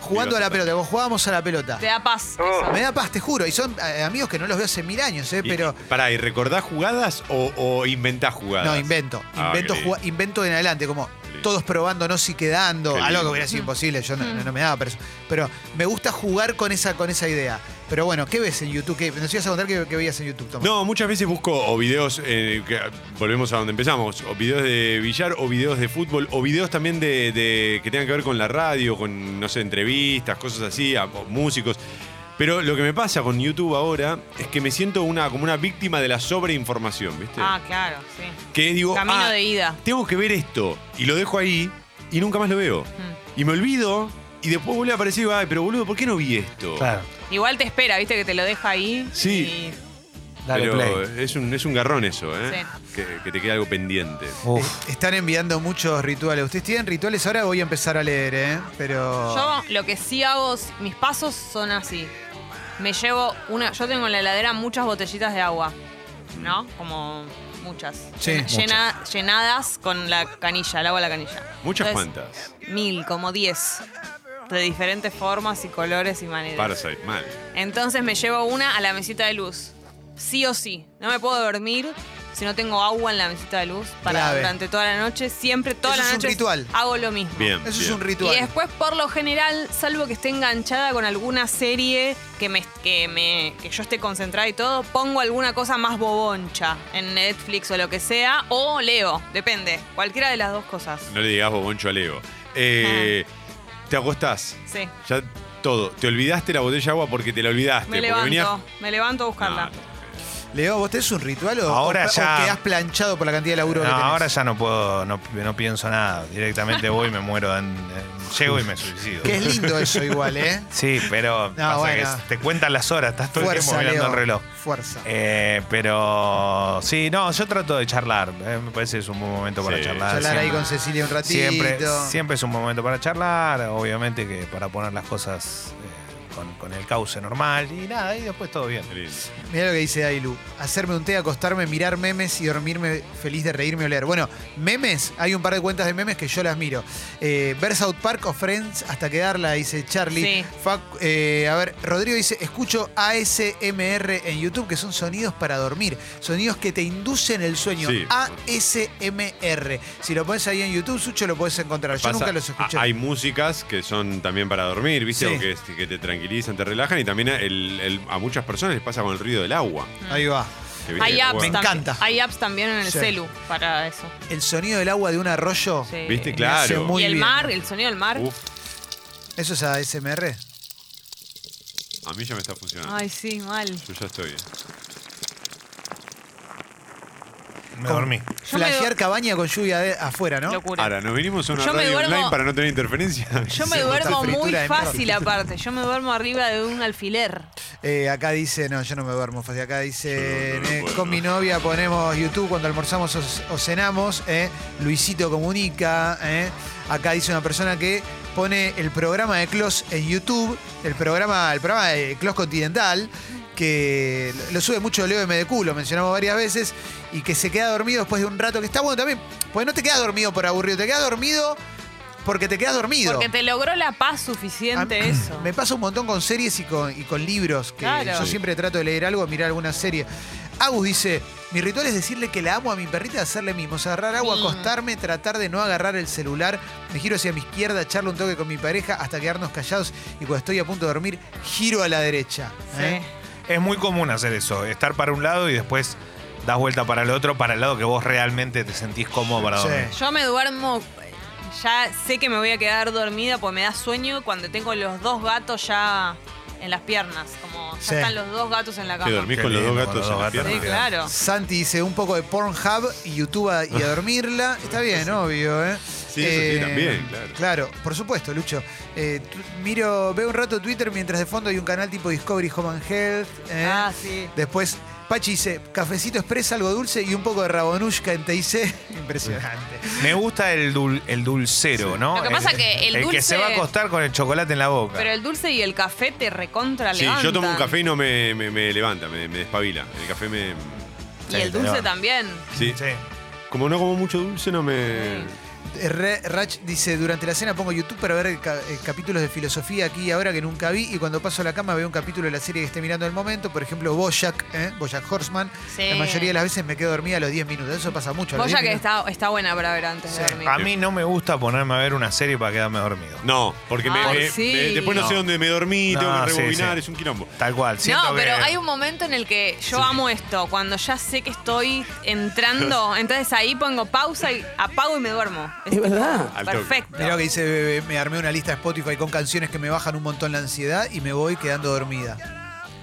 Speaker 1: jugando a la pelota, cuando jugábamos a la pelota.
Speaker 2: Te da paz. eso.
Speaker 1: Me da paz, te juro, y son eh, amigos que no los veo hace mil años, ¿eh?
Speaker 3: Y-
Speaker 1: pero
Speaker 3: Pará, ¿y recordás jugadas o, o inventás jugadas?
Speaker 1: no, invento,
Speaker 3: Ah,
Speaker 1: invento,
Speaker 3: qué
Speaker 1: juga- invento en adelante, como
Speaker 3: lindo.
Speaker 1: todos probándonos y quedando,
Speaker 3: Qué
Speaker 1: algo que
Speaker 3: lindo.
Speaker 1: hubiera sido imposible, yo no,
Speaker 2: Mm.
Speaker 1: no me daba para eso. Pero me gusta jugar con esa, con esa idea. Pero bueno, ¿qué ves en YouTube? ¿Qué- nos ibas a contar qué, qué veías en YouTube, Tomás.
Speaker 3: No, muchas veces busco o videos, eh, que- volvemos a donde empezamos, o videos de billar, o videos de fútbol, o videos también de, de- que tengan que ver con la radio, con, no sé, entrevistas, cosas así, a- o músicos. Pero lo que me pasa con YouTube ahora es que me siento una, como una víctima de la sobreinformación, ¿viste?
Speaker 2: Ah, claro, sí.
Speaker 3: que digo,
Speaker 2: Camino
Speaker 3: ah,
Speaker 2: de ida.
Speaker 3: tengo que ver esto, y lo dejo ahí, y nunca más lo veo.
Speaker 2: Mm.
Speaker 3: Y me olvido, y después vuelve a aparecer y digo, ay, pero boludo, ¿por qué no vi esto?
Speaker 4: Claro,
Speaker 2: Igual te espera, viste que te lo deja ahí.
Speaker 3: Sí.
Speaker 4: dale
Speaker 3: Pero
Speaker 4: play.
Speaker 3: Es, un, es un garrón eso, ¿eh? Que, que te queda algo pendiente.
Speaker 4: Uf.
Speaker 1: Eh, Están enviando muchos rituales. ¿Ustedes tienen rituales? Ahora voy a empezar a leer, ¿eh?
Speaker 2: Y
Speaker 1: Pero.
Speaker 2: yo lo que sí hago, mis pasos son así. Me llevo una. Yo tengo en la heladera muchas botellitas de agua. ¿No? Como muchas.
Speaker 1: Sí,
Speaker 2: Llena- llena- Llenadas con la canilla, el agua de la canilla.
Speaker 3: Muchas
Speaker 2: Entonces,
Speaker 3: cuantas.
Speaker 2: Mil, como diez. De diferentes formas y colores y maneras.
Speaker 3: Parasite, mal.
Speaker 2: Entonces me llevo una a la mesita de luz. Sí o sí. No me puedo dormir si no tengo agua en la mesita de luz para
Speaker 1: Clave.
Speaker 2: durante toda la noche. Siempre, toda
Speaker 1: Eso
Speaker 2: la
Speaker 1: es un
Speaker 2: noche
Speaker 1: ritual.
Speaker 2: hago lo mismo.
Speaker 3: Bien.
Speaker 1: Eso es
Speaker 3: bien.
Speaker 1: un ritual.
Speaker 2: Y después, por lo general, salvo que esté enganchada con alguna serie que me, que me que yo esté concentrada y todo, pongo alguna cosa más boboncha en Netflix o lo que sea, o leo, depende, cualquiera de las dos cosas.
Speaker 3: No le digas boboncho a Leo. Eh,
Speaker 2: Ah.
Speaker 3: Te acostás.
Speaker 2: Sí.
Speaker 3: Ya todo. Te olvidaste la botella de agua porque te la olvidaste.
Speaker 2: Me
Speaker 3: porque Ah,
Speaker 2: levanto,
Speaker 3: venías-
Speaker 2: me levanto a buscarla.
Speaker 3: No,
Speaker 1: Leo, ¿vos tenés un ritual o,
Speaker 4: Ahora
Speaker 1: o- o
Speaker 4: ya-
Speaker 1: quedás planchado por la cantidad de laburo
Speaker 4: No,
Speaker 1: que tenés?
Speaker 4: ahora ya no puedo, no, no pienso nada. Directamente voy, me muero, en- en- llego y me suicido.
Speaker 1: Que es lindo eso igual, ¿eh?
Speaker 4: Sí, pero pasa
Speaker 1: bueno.
Speaker 4: que es- te cuentan las horas, estás todo
Speaker 1: Fuerza,
Speaker 4: el tiempo mirando
Speaker 1: Leo.
Speaker 4: el reloj.
Speaker 1: Fuerza.
Speaker 4: Eh, pero sí, no, yo trato de charlar. eh, me parece que es un buen momento para
Speaker 3: Sí.
Speaker 4: charlar.
Speaker 1: Charlar ahí
Speaker 4: siempre.
Speaker 1: con Cecilia un ratito.
Speaker 4: ah, siempre, siempre es un buen momento para charlar, obviamente que para poner las cosas eh, con, con el cauce normal y nada, y después todo bien.
Speaker 3: qué lindo.
Speaker 1: Mira lo que dice Dailu. Hacerme un té, acostarme, mirar memes y dormirme feliz de reírme o leer. Bueno, memes, hay un par de cuentas de memes que yo las miro. Eh, ver South Park o Friends hasta quedarla, dice Charlie.
Speaker 2: Sí.
Speaker 1: Fac- eh, a ver, Rodrigo dice, escucho ASMR en YouTube, que son sonidos para dormir. Sonidos que te inducen el sueño.
Speaker 3: Sí.
Speaker 1: ASMR. Si lo pones ahí en YouTube, Sucho, lo puedes encontrar. Yo
Speaker 3: Pasa-
Speaker 1: nunca los escuché.
Speaker 3: a- Hay músicas que son también para dormir, ¿viste?
Speaker 1: Sí.
Speaker 3: O que, es- que te tranquilizan, te relajan. Y también el- el- a muchas personas les pasa con el ruido del agua.
Speaker 1: Ahí va.
Speaker 3: que viste
Speaker 2: Hay
Speaker 3: que-
Speaker 2: apps,
Speaker 1: Me
Speaker 2: también-
Speaker 1: encanta.
Speaker 2: hay apps también en el
Speaker 1: Sí.
Speaker 2: celu para eso.
Speaker 1: El sonido del agua de un arroyo.
Speaker 2: Sí.
Speaker 3: ¿Viste?
Speaker 1: hace
Speaker 3: Claro.
Speaker 1: muy-
Speaker 2: y el
Speaker 1: bien.
Speaker 2: mar, el sonido del mar.
Speaker 3: Uf,
Speaker 1: ¿Eso es ASMR?
Speaker 3: a mí ya me está funcionando.
Speaker 2: Ay, sí, mal.
Speaker 3: Yo ya estoy. eh.
Speaker 4: Me dormí.
Speaker 2: Yo me
Speaker 1: Flashear
Speaker 2: du-
Speaker 1: cabaña con lluvia de- afuera, ¿no?
Speaker 2: Locura.
Speaker 3: Ahora, nos vinimos a una
Speaker 2: Yo me
Speaker 3: radio
Speaker 2: duermo-
Speaker 3: online para no tener interferencia.
Speaker 2: Yo me
Speaker 1: Sí,
Speaker 2: duermo
Speaker 1: total,
Speaker 2: muy
Speaker 1: fritura de mierda.
Speaker 2: fácil aparte. Yo me duermo arriba de un alfiler.
Speaker 1: Eh, acá dice, no, yo no me duermo fácil. Acá dice,
Speaker 3: Yo no, no,
Speaker 1: eh,
Speaker 3: bueno.
Speaker 1: con mi novia ponemos YouTube cuando almorzamos o, o cenamos. eh. Luisito comunica. eh. Acá dice una persona que pone el programa de Clos en YouTube, el programa, el programa de Clos Continental, que lo- lo sube mucho Leo MDQ, lo mencionamos varias veces, y que se queda dormido después de un rato, que está bueno también, porque no te quedas dormido por aburrido, te quedas dormido porque te quedas dormido.
Speaker 2: Porque te logró la paz suficiente
Speaker 1: A mí-
Speaker 2: eso.
Speaker 1: Ah, Me pasa un montón con series y con, y con libros, que
Speaker 2: Claro.
Speaker 1: yo
Speaker 2: Sí.
Speaker 1: siempre trato de leer algo, mirar alguna serie. Agus dice, mi ritual es decirle que la amo a mi perrita, hacerle mimos, agarrar agua,
Speaker 2: Mm.
Speaker 1: acostarme, tratar de no agarrar el celular, me giro hacia mi izquierda, charlo un toque con mi pareja hasta quedarnos callados y cuando estoy a punto de dormir, giro a la derecha.
Speaker 2: Sí.
Speaker 1: ¿eh?
Speaker 4: Es muy común hacer eso, estar para un lado y después das vuelta para el otro, para el lado que vos realmente te sentís cómodo para
Speaker 1: Sí.
Speaker 4: dormir.
Speaker 2: Yo me duermo. eh, Ya sé que me voy a quedar dormida porque me da sueño cuando tengo los dos gatos ya en las piernas. Como ya
Speaker 1: Sí.
Speaker 2: están los dos gatos en la
Speaker 3: Te
Speaker 2: cama.
Speaker 3: dormís
Speaker 4: Qué
Speaker 3: con los dos
Speaker 4: lindo,
Speaker 3: gatos
Speaker 4: con los
Speaker 3: en
Speaker 4: dos
Speaker 3: la
Speaker 4: gatos.
Speaker 3: pierna.
Speaker 2: Sí, claro.
Speaker 1: Santi dice un poco de Pornhub y YouTube a- y a dormirla. Está bien, obvio, ¿eh?
Speaker 3: Sí, eso sí, también, claro.
Speaker 1: Claro, por supuesto, Lucho. Eh, tu- miro, veo un rato Twitter mientras de fondo hay un canal tipo Discovery Home and Health. ¿eh?
Speaker 2: Ah, sí.
Speaker 1: Después, Pachi dice, cafecito express, algo dulce y un poco de rabonushka en TIC. Impresionante.
Speaker 4: Me gusta el, dul- el dulcero, ¿no?
Speaker 2: Lo que pasa
Speaker 4: el,
Speaker 2: que el
Speaker 4: que se
Speaker 2: dulce-
Speaker 4: va a acostar con el chocolate en la boca.
Speaker 2: Pero el dulce y el café te recontra
Speaker 3: Sí, yo
Speaker 2: levantan.
Speaker 3: tomo un café y no me, me- me levanta, me, me despabila. El café me.
Speaker 2: Y el
Speaker 4: Sí, te
Speaker 2: dulce
Speaker 4: levanta.
Speaker 2: también.
Speaker 3: Sí.
Speaker 4: Sí.
Speaker 3: Como no como mucho dulce, no me.
Speaker 1: Re- Rach dice, durante la cena pongo YouTube para ver el ca- eh, capítulos de filosofía aquí y ahora que nunca vi y cuando paso a la cama veo un capítulo de la serie que esté mirando al momento, por ejemplo Bojack, ¿eh? Bojack Horseman.
Speaker 2: Sí.
Speaker 1: La mayoría de las veces me quedo dormida a los 10 minutos, eso pasa mucho. a los
Speaker 2: Vos ya
Speaker 1: 10
Speaker 2: que
Speaker 1: minutos.
Speaker 2: está, está buena para ver antes de
Speaker 1: Sí. Ah,
Speaker 2: dormir.
Speaker 4: A mí no me gusta ponerme a ver una serie para quedarme dormido.
Speaker 3: No, porque me-
Speaker 2: Ay,
Speaker 3: me-
Speaker 2: sí.
Speaker 3: me- después no, sé
Speaker 4: No.
Speaker 3: dónde me dormí, tengo
Speaker 4: No,
Speaker 3: que
Speaker 4: sí,
Speaker 3: rebobinar,
Speaker 4: sí.
Speaker 3: es un quilombo.
Speaker 4: Tal cual. siento
Speaker 2: No, pero
Speaker 4: que-
Speaker 2: hay un momento en el que yo amo esto, cuando ya sé que estoy entrando, entonces ahí pongo pausa y apago y me duermo. Es verdad.
Speaker 3: Al toque.
Speaker 2: Perfecto.
Speaker 1: Mirá lo que dice Bebe, me armé una lista de Spotify con canciones que me bajan un montón la ansiedad y me voy quedando dormida.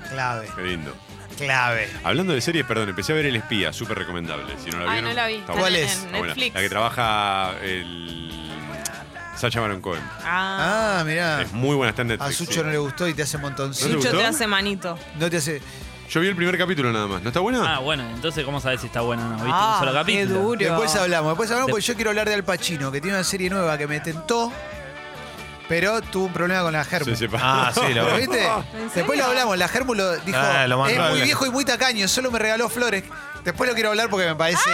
Speaker 1: Clave,
Speaker 3: Qué lindo.
Speaker 1: clave.
Speaker 3: Hablando de series, perdón, empecé a ver El Espía, súper recomendable. Si no la
Speaker 2: Ay,
Speaker 3: vieron,
Speaker 2: no la vi.
Speaker 3: está
Speaker 1: ¿Cuál
Speaker 3: buena.
Speaker 1: es?
Speaker 2: En
Speaker 3: Está buena.
Speaker 2: Netflix.
Speaker 3: La que trabaja el. Sacha Baron Cohen.
Speaker 2: Ah,
Speaker 1: Ah, mirá.
Speaker 3: Es muy buena, está en Netflix.
Speaker 1: A Sucho
Speaker 3: sí.
Speaker 1: no le gustó y te hace montoncito.
Speaker 3: ¿No te
Speaker 2: Sucho
Speaker 3: gustó?
Speaker 2: te hace manito.
Speaker 1: No te hace.
Speaker 3: Yo vi el primer capítulo nada más. ¿No está buena?
Speaker 7: Ah, bueno, entonces, ¿cómo sabes si está buena o no? ¿Viste
Speaker 2: Ah,
Speaker 7: un solo
Speaker 2: qué
Speaker 7: capítulo?
Speaker 2: duro.
Speaker 1: Después hablamos, después hablamos porque yo quiero hablar de Al Pacino, que tiene una serie nueva que me tentó, pero tuvo un problema con la Germu.
Speaker 3: Se separó.
Speaker 4: Ah, sí, lo
Speaker 1: ¿Lo viste?
Speaker 2: serio?
Speaker 1: Después lo hablamos, la Germu lo dijo,
Speaker 4: Ah, lo mandó
Speaker 1: es
Speaker 4: a
Speaker 1: muy
Speaker 4: la-
Speaker 1: viejo y muy tacaño, solo me regaló flores. Después lo quiero hablar porque me parece...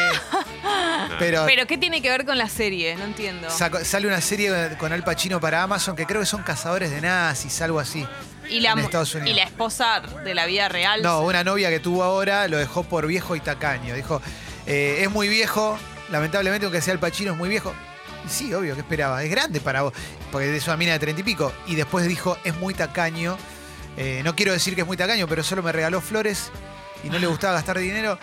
Speaker 1: Pero,
Speaker 2: Ah. Pero ¿qué tiene que ver con la serie? No entiendo.
Speaker 1: saco- sale una serie con Al Pacino para Amazon que creo que son cazadores de nazis, algo así.
Speaker 2: Y la,
Speaker 1: en Estados
Speaker 2: y
Speaker 1: Unidos.
Speaker 2: la esposa de la vida real.
Speaker 1: No, una novia que tuvo ahora lo dejó por viejo y tacaño. Dijo, eh, es muy viejo, lamentablemente, aunque sea el Pachino, es muy viejo. Y Sí, obvio, ¿qué esperaba? Es grande para vos, porque es una mina de treinta y pico. Y después dijo, es muy tacaño. Eh, no quiero decir que es muy tacaño, pero solo me regaló flores y no le gustaba gastar dinero.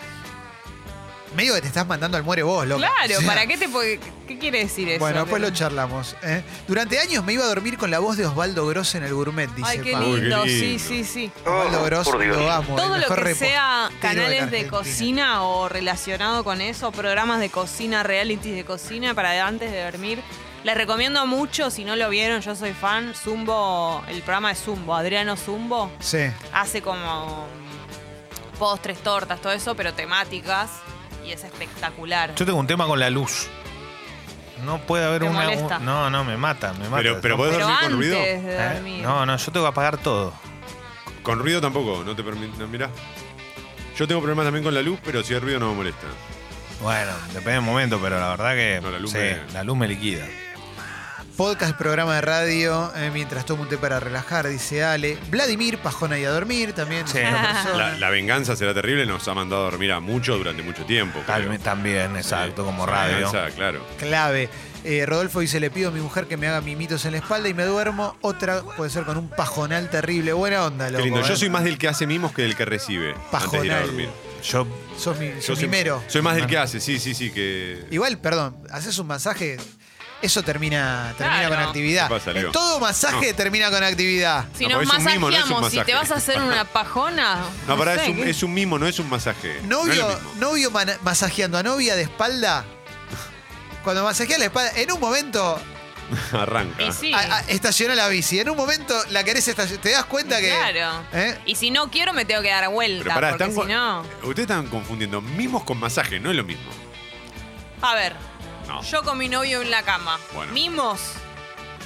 Speaker 1: Medio que te estás mandando al muere vos, loco.
Speaker 2: Claro, ¿para qué te puede- qué quiere decir eso?
Speaker 1: Bueno, después
Speaker 2: Pero-
Speaker 1: lo charlamos. ¿eh? Durante años me iba a dormir con la voz de Osvaldo Gross en el gourmet, dice
Speaker 2: Ay, qué
Speaker 1: Pablo.
Speaker 3: Uy, qué
Speaker 2: lindo, sí,
Speaker 3: lindo.
Speaker 2: sí, sí.
Speaker 1: Osvaldo Gross, lo amo.
Speaker 2: Todo
Speaker 1: el
Speaker 2: lo
Speaker 1: mejor
Speaker 2: que sea
Speaker 1: repostero
Speaker 2: canales de
Speaker 1: Argentina.
Speaker 2: cocina o relacionado con eso, programas de cocina, realities de cocina para antes de dormir. Les recomiendo mucho, si no lo vieron, yo soy fan, Zumbo, el programa de Zumbo, Adriano Zumbo,
Speaker 1: Sí.
Speaker 2: hace como postres, tortas, todo eso, pero temáticas y es espectacular.
Speaker 4: Yo tengo un tema con la luz. No puede haber
Speaker 2: Te
Speaker 4: una.
Speaker 2: molesta.
Speaker 4: un- no, no, me mata, me mata.
Speaker 3: Pero- pero vos- ¿Puedes
Speaker 2: Pero
Speaker 3: dormir con
Speaker 2: antes
Speaker 3: ruido?
Speaker 2: de
Speaker 4: ¿Eh?
Speaker 2: dormir.
Speaker 4: No, no, yo tengo que apagar todo.
Speaker 3: Con ruido tampoco, no te permite. No, mirá. Yo tengo problemas también con la luz, pero si hay ruido no me molesta.
Speaker 4: Bueno, depende del momento, pero la verdad que.
Speaker 3: No, la luz
Speaker 4: sí,
Speaker 3: me-
Speaker 4: la luz me liquida.
Speaker 1: Podcast, programa de radio, eh, mientras tomo un té para relajar, dice Ale. Vladimir, pajona y a dormir también.
Speaker 4: Sí.
Speaker 1: es una persona.
Speaker 3: La, la venganza será terrible, nos ha mandado a dormir a muchos durante mucho tiempo.
Speaker 4: Tal-
Speaker 3: creo.
Speaker 4: también, exacto, como
Speaker 3: Sí,
Speaker 4: radio.
Speaker 3: venganza, claro.
Speaker 1: Clave. Eh, Rodolfo dice, le pido a mi mujer que me haga mimitos en la espalda y me duermo. Otra puede ser con un pajonal terrible. Buena onda,
Speaker 3: Qué
Speaker 1: loco.
Speaker 3: lindo. Yo
Speaker 1: eh.
Speaker 3: soy más del que hace mimos que del que recibe. Antes de ir a
Speaker 1: Pajonal.
Speaker 3: dormir.
Speaker 4: Yo.
Speaker 1: Sos mi,
Speaker 3: Yo
Speaker 1: sos
Speaker 3: soy,
Speaker 1: mimero.
Speaker 3: soy más del que hace, sí, sí, sí, que.
Speaker 1: Igual, perdón, haces un masaje, eso termina, termina
Speaker 2: Claro.
Speaker 1: con actividad.
Speaker 3: ¿Qué pasa, Leo?
Speaker 1: Todo masaje termina con actividad.
Speaker 2: Si
Speaker 3: No,
Speaker 2: nos
Speaker 3: porque es un mimo, no es un
Speaker 2: masajeamos, si te
Speaker 3: masaje.
Speaker 2: vas a hacer una pajona.
Speaker 3: No, pará,
Speaker 2: sé,
Speaker 3: es, un,
Speaker 2: ¿qué?
Speaker 3: es un mimo, no es un masaje. No es
Speaker 1: Novio,
Speaker 3: lo mismo.
Speaker 1: novio mana- masajeando a novia de espalda. Cuando masajea la espalda, en un momento
Speaker 3: Arranca.
Speaker 2: Y sí.
Speaker 1: a- a-
Speaker 3: ah,
Speaker 1: estaciona Ah, la bici. En un momento la querés estacionar. Te das cuenta que.
Speaker 2: Claro.
Speaker 1: ¿Eh?
Speaker 2: Y si no quiero, me tengo que dar
Speaker 3: Pero
Speaker 2: vuelta.
Speaker 3: pará,
Speaker 2: porque
Speaker 3: están
Speaker 2: si
Speaker 3: con-
Speaker 2: no.
Speaker 3: Ustedes están confundiendo mimos con masaje, no es lo mismo.
Speaker 2: A ver,
Speaker 3: No,
Speaker 2: yo con mi novio en la cama.
Speaker 3: Bueno.
Speaker 2: Mimos.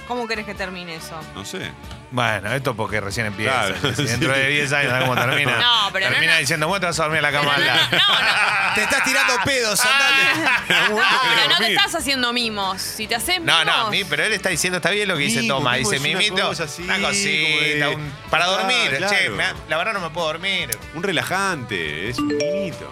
Speaker 2: ¿Cómo querés que termine eso?
Speaker 3: no sé.
Speaker 4: Bueno, esto porque recién empieza.
Speaker 3: Claro,
Speaker 4: Si dentro
Speaker 3: sí.
Speaker 4: de 10 años, ¿sabes cómo termina?
Speaker 2: No, pero no,
Speaker 4: termina
Speaker 2: no.
Speaker 4: diciendo, bueno, te vas a dormir a la cama.
Speaker 2: No,
Speaker 4: al lado".
Speaker 1: Te
Speaker 4: Ah.
Speaker 1: estás tirando pedos, andate.
Speaker 3: Ah, bueno,
Speaker 2: No,
Speaker 3: querés
Speaker 2: pero no te
Speaker 3: dormir.
Speaker 2: estás haciendo mimos. Si te haces mimos.
Speaker 4: No, no, a mí, pero él está diciendo, está bien lo que dice
Speaker 3: Mimo,
Speaker 4: Toma.
Speaker 3: mimo
Speaker 4: Dice,
Speaker 3: es una
Speaker 4: mimito,
Speaker 3: cosa así,
Speaker 4: una
Speaker 3: como de-
Speaker 4: cosita, un- para
Speaker 3: Ah,
Speaker 4: dormir. Che,
Speaker 3: claro.
Speaker 4: me- la verdad no me puedo dormir.
Speaker 3: Un relajante, es un minito.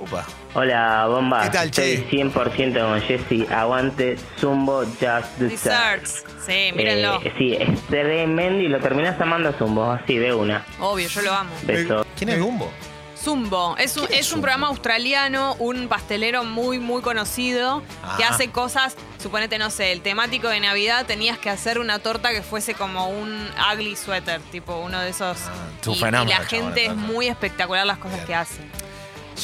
Speaker 4: Upa.
Speaker 8: Hola, bomba.
Speaker 1: ¿Qué tal, che?
Speaker 8: Estoy 100% con Jesse. Aguante Zumbo Just the
Speaker 2: Desserts. Sí, mírenlo.
Speaker 8: Eh, sí, es tremendo y lo terminás amando a Zumbo, así de una.
Speaker 2: Obvio, yo lo amo.
Speaker 8: Beso.
Speaker 4: ¿Quién es Gumbo?
Speaker 2: Zumbo. Es un, es un programa australiano, un pastelero muy, muy conocido, que
Speaker 4: Ah.
Speaker 2: hace cosas, suponete, no sé, el temático de Navidad tenías que hacer una torta que fuese como un ugly sweater, tipo uno de esos.
Speaker 4: Ah, es un
Speaker 2: y, y
Speaker 4: fenómeno,
Speaker 2: la
Speaker 4: chabón,
Speaker 2: gente es
Speaker 4: entonces.
Speaker 2: muy espectacular las cosas que hace.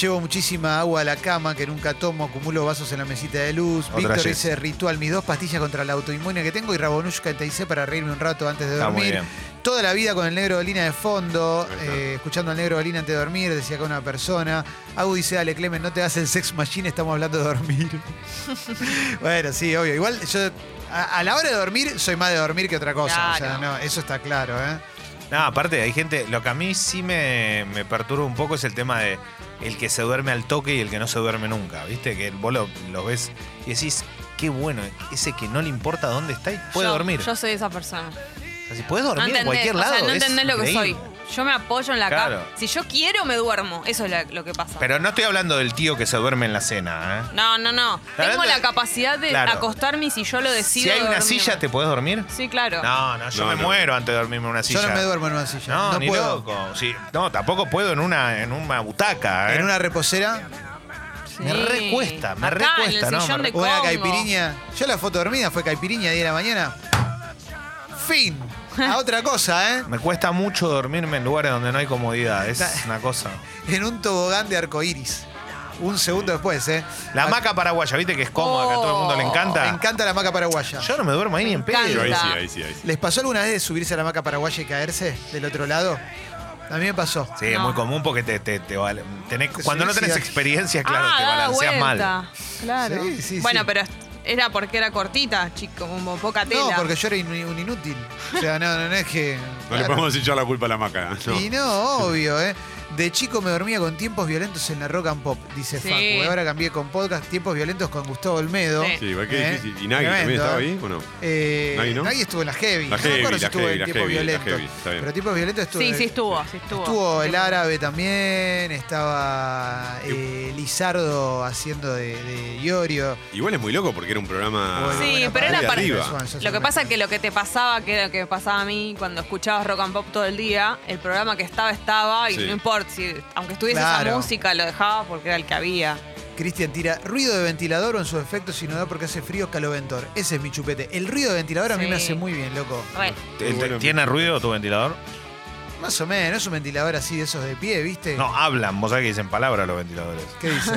Speaker 1: Llevo muchísima agua a la cama que nunca tomo, acumulo vasos en la mesita de luz.
Speaker 4: Otra
Speaker 1: Víctor
Speaker 4: Jessy.
Speaker 1: dice ritual, mis dos pastillas contra la autoinmune que tengo y Rabonushka TIC para reírme un rato antes de
Speaker 4: Está muy
Speaker 1: dormir.
Speaker 4: bien.
Speaker 1: Toda la vida con el negro Dolina de fondo,
Speaker 3: Ahí está.
Speaker 1: eh, escuchando al negro Dolina antes de dormir, decía acá una persona. Agu dice, dale Clemen, no te hagas el sex machine, estamos hablando de dormir. bueno, sí, obvio. Igual yo a, a la hora de dormir soy más de dormir que otra cosa. O sea,
Speaker 2: Claro.
Speaker 1: no, eso está claro, ¿eh?
Speaker 4: No, aparte, hay gente. Lo que a mí sí me, me perturba un poco es el tema de el que se duerme al toque y el que no se duerme nunca. ¿Viste? Que vos lo, lo ves y decís, ¿qué qué bueno, ese que no le importa dónde está y puede
Speaker 2: Yo-
Speaker 4: dormir.
Speaker 2: Yo soy esa persona.
Speaker 4: O sea, si puedes dormir en
Speaker 2: entendés,
Speaker 4: cualquier
Speaker 2: o sea,
Speaker 4: lado.
Speaker 2: no
Speaker 4: es
Speaker 2: entendés lo que soy.
Speaker 4: increíble.
Speaker 2: Yo me apoyo en la
Speaker 4: Claro.
Speaker 2: cama. Si yo quiero, me duermo. Eso es la- lo que pasa.
Speaker 4: Pero no estoy hablando del tío que se duerme en la cena, ¿eh?
Speaker 2: no, no, no. Tengo
Speaker 4: hablando
Speaker 2: la
Speaker 4: de-
Speaker 2: capacidad de
Speaker 4: Claro.
Speaker 2: acostarme y si yo lo decido.
Speaker 4: si hay una
Speaker 2: dormirme.
Speaker 4: silla, ¿te podés dormir?
Speaker 2: Sí, claro.
Speaker 4: No, no, yo
Speaker 3: No,
Speaker 4: me
Speaker 3: no.
Speaker 4: muero antes de dormirme en una silla.
Speaker 1: Yo no me duermo en una silla.
Speaker 4: No,
Speaker 1: No,
Speaker 4: ni
Speaker 1: puedo.
Speaker 4: loco. Sí, no, tampoco puedo en una, en una butaca. ¿eh?
Speaker 1: En una reposera
Speaker 2: Sí.
Speaker 4: me recuesta, me
Speaker 2: Acá,
Speaker 4: recuesta,
Speaker 2: En
Speaker 4: no,
Speaker 2: el sillón
Speaker 4: me
Speaker 2: de
Speaker 1: o una
Speaker 2: Congo.
Speaker 1: caipiriña. Yo la foto dormida fue caipiriña, 10 de la mañana. Fin. A otra cosa, ¿eh?
Speaker 4: Me cuesta mucho dormirme en lugares donde no hay comodidad. Es una cosa.
Speaker 1: En un tobogán de arcoiris. Un segundo después, ¿eh?
Speaker 4: La
Speaker 1: Ac-
Speaker 4: maca paraguaya, viste que es cómoda, que a todo el mundo le
Speaker 1: Me
Speaker 4: encanta.
Speaker 1: encanta la hamaca paraguaya.
Speaker 4: Yo no me duermo ahí ni en pedo.
Speaker 3: Yo ahí
Speaker 2: encanta.
Speaker 3: sí, ahí sí, ahí sí.
Speaker 1: ¿Les pasó alguna vez de subirse a la hamaca paraguaya y caerse del otro lado? A mí me pasó.
Speaker 4: Sí, es
Speaker 2: No.
Speaker 4: muy común porque te, te, te vale- tenés-
Speaker 1: Te
Speaker 4: cuando no tenés
Speaker 1: suicidas.
Speaker 4: experiencia, claro,
Speaker 2: ah,
Speaker 4: te
Speaker 2: daba
Speaker 4: balanceas
Speaker 2: vuelta.
Speaker 4: mal.
Speaker 2: Claro.
Speaker 1: Sí, sí,
Speaker 2: bueno,
Speaker 1: sí.
Speaker 2: pero era porque era cortita, chico, como poca tela.
Speaker 1: No, porque yo era in- un inútil. O sea, no, no, no es que.
Speaker 3: No le
Speaker 1: claro.
Speaker 3: podemos echar la culpa a la maca. ¿no?
Speaker 1: Y no, obvio, ¿eh? De chico me dormía con tiempos violentos en la rock and pop, dice
Speaker 2: Sí.
Speaker 1: Facu. Y ahora cambié con podcast Tiempos Violentos con Gustavo Olmedo.
Speaker 2: Sí.
Speaker 3: Sí, igual que
Speaker 1: ¿Eh?
Speaker 3: difícil. ¿Y Nagui
Speaker 1: Tremendo,
Speaker 3: también estaba
Speaker 1: ¿eh?
Speaker 3: ahí o no?
Speaker 1: Eh,
Speaker 3: Nagui,
Speaker 1: Nagui,
Speaker 3: ¿no?
Speaker 1: estuvo en la heavy.
Speaker 3: La
Speaker 1: no
Speaker 3: heavy,
Speaker 1: me acuerdo si
Speaker 3: la
Speaker 1: estuvo
Speaker 3: heavy,
Speaker 1: en
Speaker 3: la
Speaker 1: Tiempos
Speaker 3: heavy, la
Speaker 1: Violentos.
Speaker 3: heavy, está bien.
Speaker 1: Pero Tiempos Violentos estuvo.
Speaker 2: sí, sí estuvo, sí estuvo.
Speaker 1: Estuvo el árabe también, estaba eh, Lizardo haciendo de, de Iorio.
Speaker 3: Igual es muy loco porque era un programa.
Speaker 1: Bueno,
Speaker 2: Sí,
Speaker 1: buena
Speaker 2: pero era
Speaker 1: parada.
Speaker 2: para-
Speaker 3: Arriba.
Speaker 1: Yo soy
Speaker 2: Lo que
Speaker 1: muy
Speaker 2: pasa es
Speaker 1: fan.
Speaker 2: que lo que te pasaba, que era lo que me pasaba a mí cuando escuchabas rock and pop todo el día, el programa que estaba, estaba, y
Speaker 3: Sí.
Speaker 2: no importa, si, aunque estuviese
Speaker 1: Claro.
Speaker 2: esa música, lo dejabas porque era el que había.
Speaker 1: Cristian tira ruido de ventilador o en su efecto si no da porque hace frío caloventor. Ese es mi chupete. El ruido de ventilador a mí
Speaker 2: Sí.
Speaker 1: me hace muy bien, loco.
Speaker 2: Re.
Speaker 4: ¿Te-
Speaker 3: Muy
Speaker 4: te-
Speaker 3: bueno.
Speaker 4: ¿Tiene ruido tu ventilador?
Speaker 1: Más o menos, es un ventilador así de esos de pie, ¿viste?
Speaker 4: No, hablan. Vos sabés que dicen palabras los ventiladores.
Speaker 1: ¿Qué dice?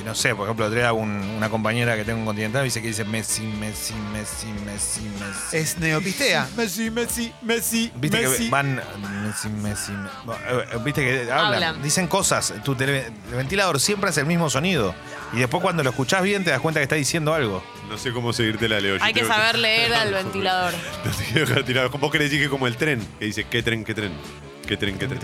Speaker 4: Y no sé, por ejemplo, el otro día un- una compañera que tengo en Continental dice que dice Messi, Messi, Messi, Messi, Messi.
Speaker 1: es neopistea.
Speaker 9: Messi, Messi, Messi,
Speaker 4: Viste que
Speaker 9: Messi.
Speaker 4: van. Messi, Messi. me- bueno, eh, eh, Viste que hablan,
Speaker 2: Hablan.
Speaker 4: dicen cosas. Tu tele- el ventilador siempre hace el mismo sonido. Y después cuando lo escuchás bien te das cuenta que está diciendo algo.
Speaker 3: No sé cómo seguirte la leo. yo
Speaker 2: Hay que
Speaker 3: tengo
Speaker 2: saber leer al ventilador.
Speaker 3: No te quiero dejar tirado. Vos querés decir que como el tren, que dice, ¿qué tren, qué tren? ¿Qué tren, qué tren?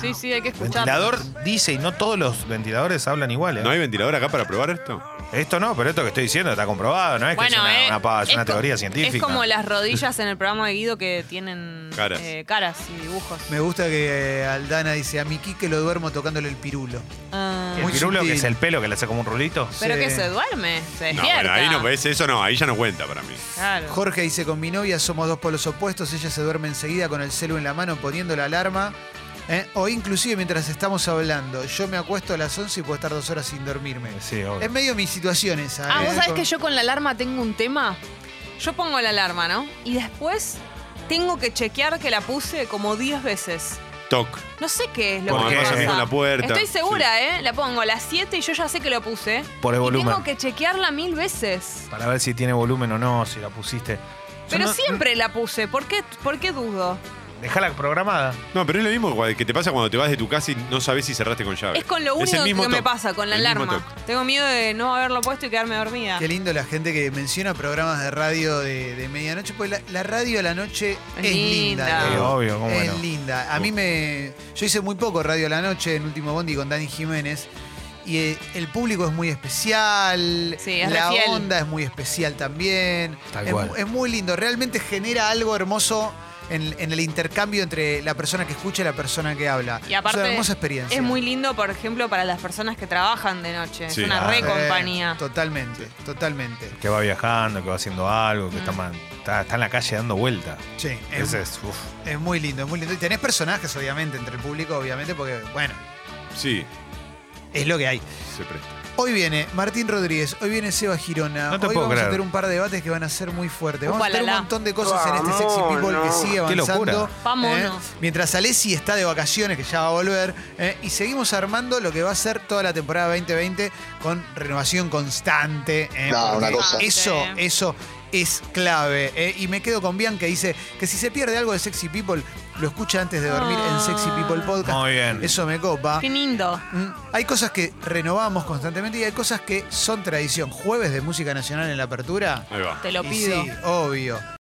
Speaker 2: Sí, sí, hay que
Speaker 4: El
Speaker 2: escuchar.
Speaker 4: ventilador dice, y no todos los ventiladores hablan iguales.
Speaker 3: ¿No hay ventilador acá para probar esto?
Speaker 4: Esto no, pero esto que estoy diciendo está comprobado, ¿no? Es que es una,
Speaker 2: eh,
Speaker 4: una pava, es una
Speaker 2: co-
Speaker 4: teoría científica.
Speaker 2: Es como las rodillas en el programa de Guido que tienen
Speaker 3: Caras.
Speaker 2: eh, caras y dibujos.
Speaker 1: Me gusta que Aldana dice, a mi Quique lo duermo tocándole el pirulo.
Speaker 2: Ah,
Speaker 4: El
Speaker 1: Muy
Speaker 4: pirulo que
Speaker 1: sutil.
Speaker 4: es el pelo que le hace como un rulito.
Speaker 2: pero
Speaker 1: Sí.
Speaker 2: que se duerme, se
Speaker 3: No,
Speaker 2: despierta.
Speaker 3: bueno, ahí no, ves, eso no, ahí ya no cuenta para mí.
Speaker 2: Claro.
Speaker 1: Jorge dice, con mi novia somos dos polos opuestos, ella se duerme enseguida con el celu en la mano poniendo la alarma. ¿eh? O inclusive mientras estamos hablando, yo me acuesto a las 11 y puedo estar dos horas sin dormirme.
Speaker 4: Eh, Sí, obvio.
Speaker 1: Es medio mi situación esa.
Speaker 2: Ah,
Speaker 1: ¿eh?
Speaker 2: vos sabés
Speaker 1: Con-
Speaker 2: que yo con la alarma tengo un tema. Yo pongo la alarma, ¿no? Y después tengo que chequear que la puse como 10 veces.
Speaker 3: Toc.
Speaker 2: No sé qué es lo
Speaker 4: Porque
Speaker 2: que
Speaker 4: no
Speaker 2: pasa.
Speaker 4: dormís
Speaker 3: con la puerta,
Speaker 2: Estoy segura, ¿eh? La pongo a las 7 y yo ya sé que lo puse.
Speaker 4: Por el
Speaker 2: Y
Speaker 4: volumen.
Speaker 2: tengo que chequearla mil veces.
Speaker 4: Para ver si tiene volumen o no, si la pusiste.
Speaker 2: Pero
Speaker 4: no-
Speaker 2: siempre la puse. ¿Por qué, ¿Por qué dudo?
Speaker 4: Dejala programada.
Speaker 3: No, pero es lo mismo que te pasa cuando te vas de tu casa y no sabes si cerraste con llave.
Speaker 2: Es con lo
Speaker 3: el
Speaker 2: único que
Speaker 3: mismo
Speaker 2: me
Speaker 3: toc,
Speaker 2: pasa, con la
Speaker 3: el mismo
Speaker 2: alarma.
Speaker 3: toc.
Speaker 2: Tengo miedo de no haberlo puesto y quedarme dormida.
Speaker 1: Qué lindo la gente que menciona programas de radio de, de medianoche, porque la, la radio a la noche es linda.
Speaker 2: linda.
Speaker 1: Leo.
Speaker 4: Sí, obvio, cómo
Speaker 1: Es
Speaker 4: no.
Speaker 1: linda. A mí me. Yo hice muy poco radio a la noche en Último Bondi con Dani Jiménez. Y eh, el público es muy especial.
Speaker 2: Sí, es re
Speaker 1: la
Speaker 2: fiel.
Speaker 1: onda es muy especial también.
Speaker 4: Tal
Speaker 1: es,
Speaker 4: cual.
Speaker 1: mu- es muy lindo. Realmente genera algo hermoso. En, en el intercambio entre la persona que escucha y la persona que habla.
Speaker 2: Y aparte,
Speaker 1: es una hermosa experiencia.
Speaker 2: Es muy lindo, por ejemplo, para las personas que trabajan de noche.
Speaker 3: Sí.
Speaker 2: es una
Speaker 3: Ah,
Speaker 2: re
Speaker 1: Eh,
Speaker 2: compañía.
Speaker 1: Totalmente, totalmente.
Speaker 4: Que va viajando, que va haciendo algo, que está, man- está, está en la calle dando vuelta.
Speaker 1: Sí, es-
Speaker 4: Ese es, uf.
Speaker 1: Es muy lindo, es muy lindo. Y tenés personajes, obviamente, entre el público, obviamente, porque, bueno,
Speaker 3: Sí,
Speaker 1: es lo que hay.
Speaker 3: se presta.
Speaker 1: Hoy viene Martín Rodríguez, hoy viene Seba Girona.
Speaker 4: No te
Speaker 1: hoy
Speaker 4: puedo
Speaker 1: vamos a
Speaker 4: creer.
Speaker 1: tener un par de debates que van a ser muy fuertes. Vamos a tener un
Speaker 2: Upalala.
Speaker 1: montón de cosas en este
Speaker 10: Ah,
Speaker 1: Sexy People que sigue
Speaker 4: Qué locura.
Speaker 1: avanzando. ¿eh?
Speaker 2: Vámonos.
Speaker 1: Mientras Alessi está de vacaciones, que ya va a volver. ¿eh? Y seguimos armando lo que va a ser toda la temporada 2020 con renovación constante. ¿eh?
Speaker 10: No, una
Speaker 1: Porque
Speaker 10: cosa.
Speaker 1: Eso, eso es clave. ¿eh? Y me quedo con Bian que dice que si se pierde algo de Sexy People, lo escucha antes de dormir en Sexy People Podcast.
Speaker 4: Ah. Muy bien.
Speaker 1: Eso me copa.
Speaker 2: Qué lindo.
Speaker 1: Mm, Hay cosas que renovamos constantemente y hay cosas que son tradición. Jueves de música nacional en la apertura.
Speaker 3: Ahí va.
Speaker 2: Te lo
Speaker 1: Y
Speaker 2: pido.
Speaker 1: Sí, obvio.